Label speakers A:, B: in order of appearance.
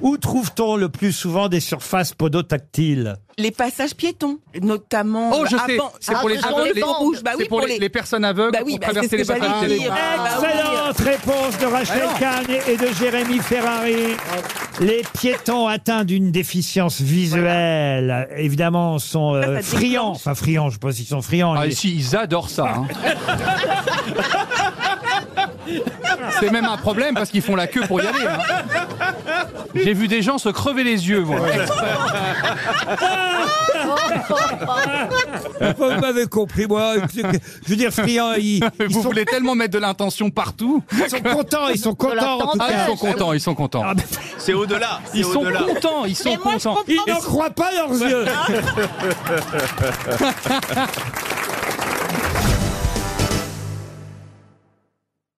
A: Où trouve-t-on le plus souvent des surfaces podotactiles
B: Les passages piétons, notamment.
C: Oh, je
B: bah,
C: sais,
B: avant-
C: c'est pour les
B: avant
C: aveugles,
B: le
C: les-
B: banc rouge. Bah
C: c'est
B: oui,
C: pour les- les personnes aveugles
B: Bah oui,
C: pour
B: bah,
C: traverser
B: c'est
C: les
B: ce que
C: passages
B: j'allais
C: piétons.
B: dire. Ah, bah oui.
A: Excellente réponse de Rachel Kahn et- et de Jérémy Ferrari. Les piétons atteints d'une déficience visuelle, évidemment, sont euh,
B: ça
A: friands.
B: déclenche.
A: Enfin, friands, je sais pas s'ils sont friands.
C: Ah
A: les-
C: ici, ils adorent ça. hein. C'est même un problème parce qu'ils font la queue pour y aller. hein. J'ai vu des gens se crever les yeux. moi.
D: Vous m'avez compris, moi.
A: Je veux dire, friands, ils, ils
C: Vous
A: sont,
C: voulez tellement mettre de l'intention partout.
A: ils sont contents, ils sont contents en tout
C: Ah, ils
A: cas.
C: sont contents, ils sont contents.
A: Ah, bah,
E: C'est au-delà. c'est
C: Ils sont
E: au-delà.
C: contents, ils sont
B: Mais moi, je
C: contents.
B: comprends
A: Ils n'en croient pas leurs yeux.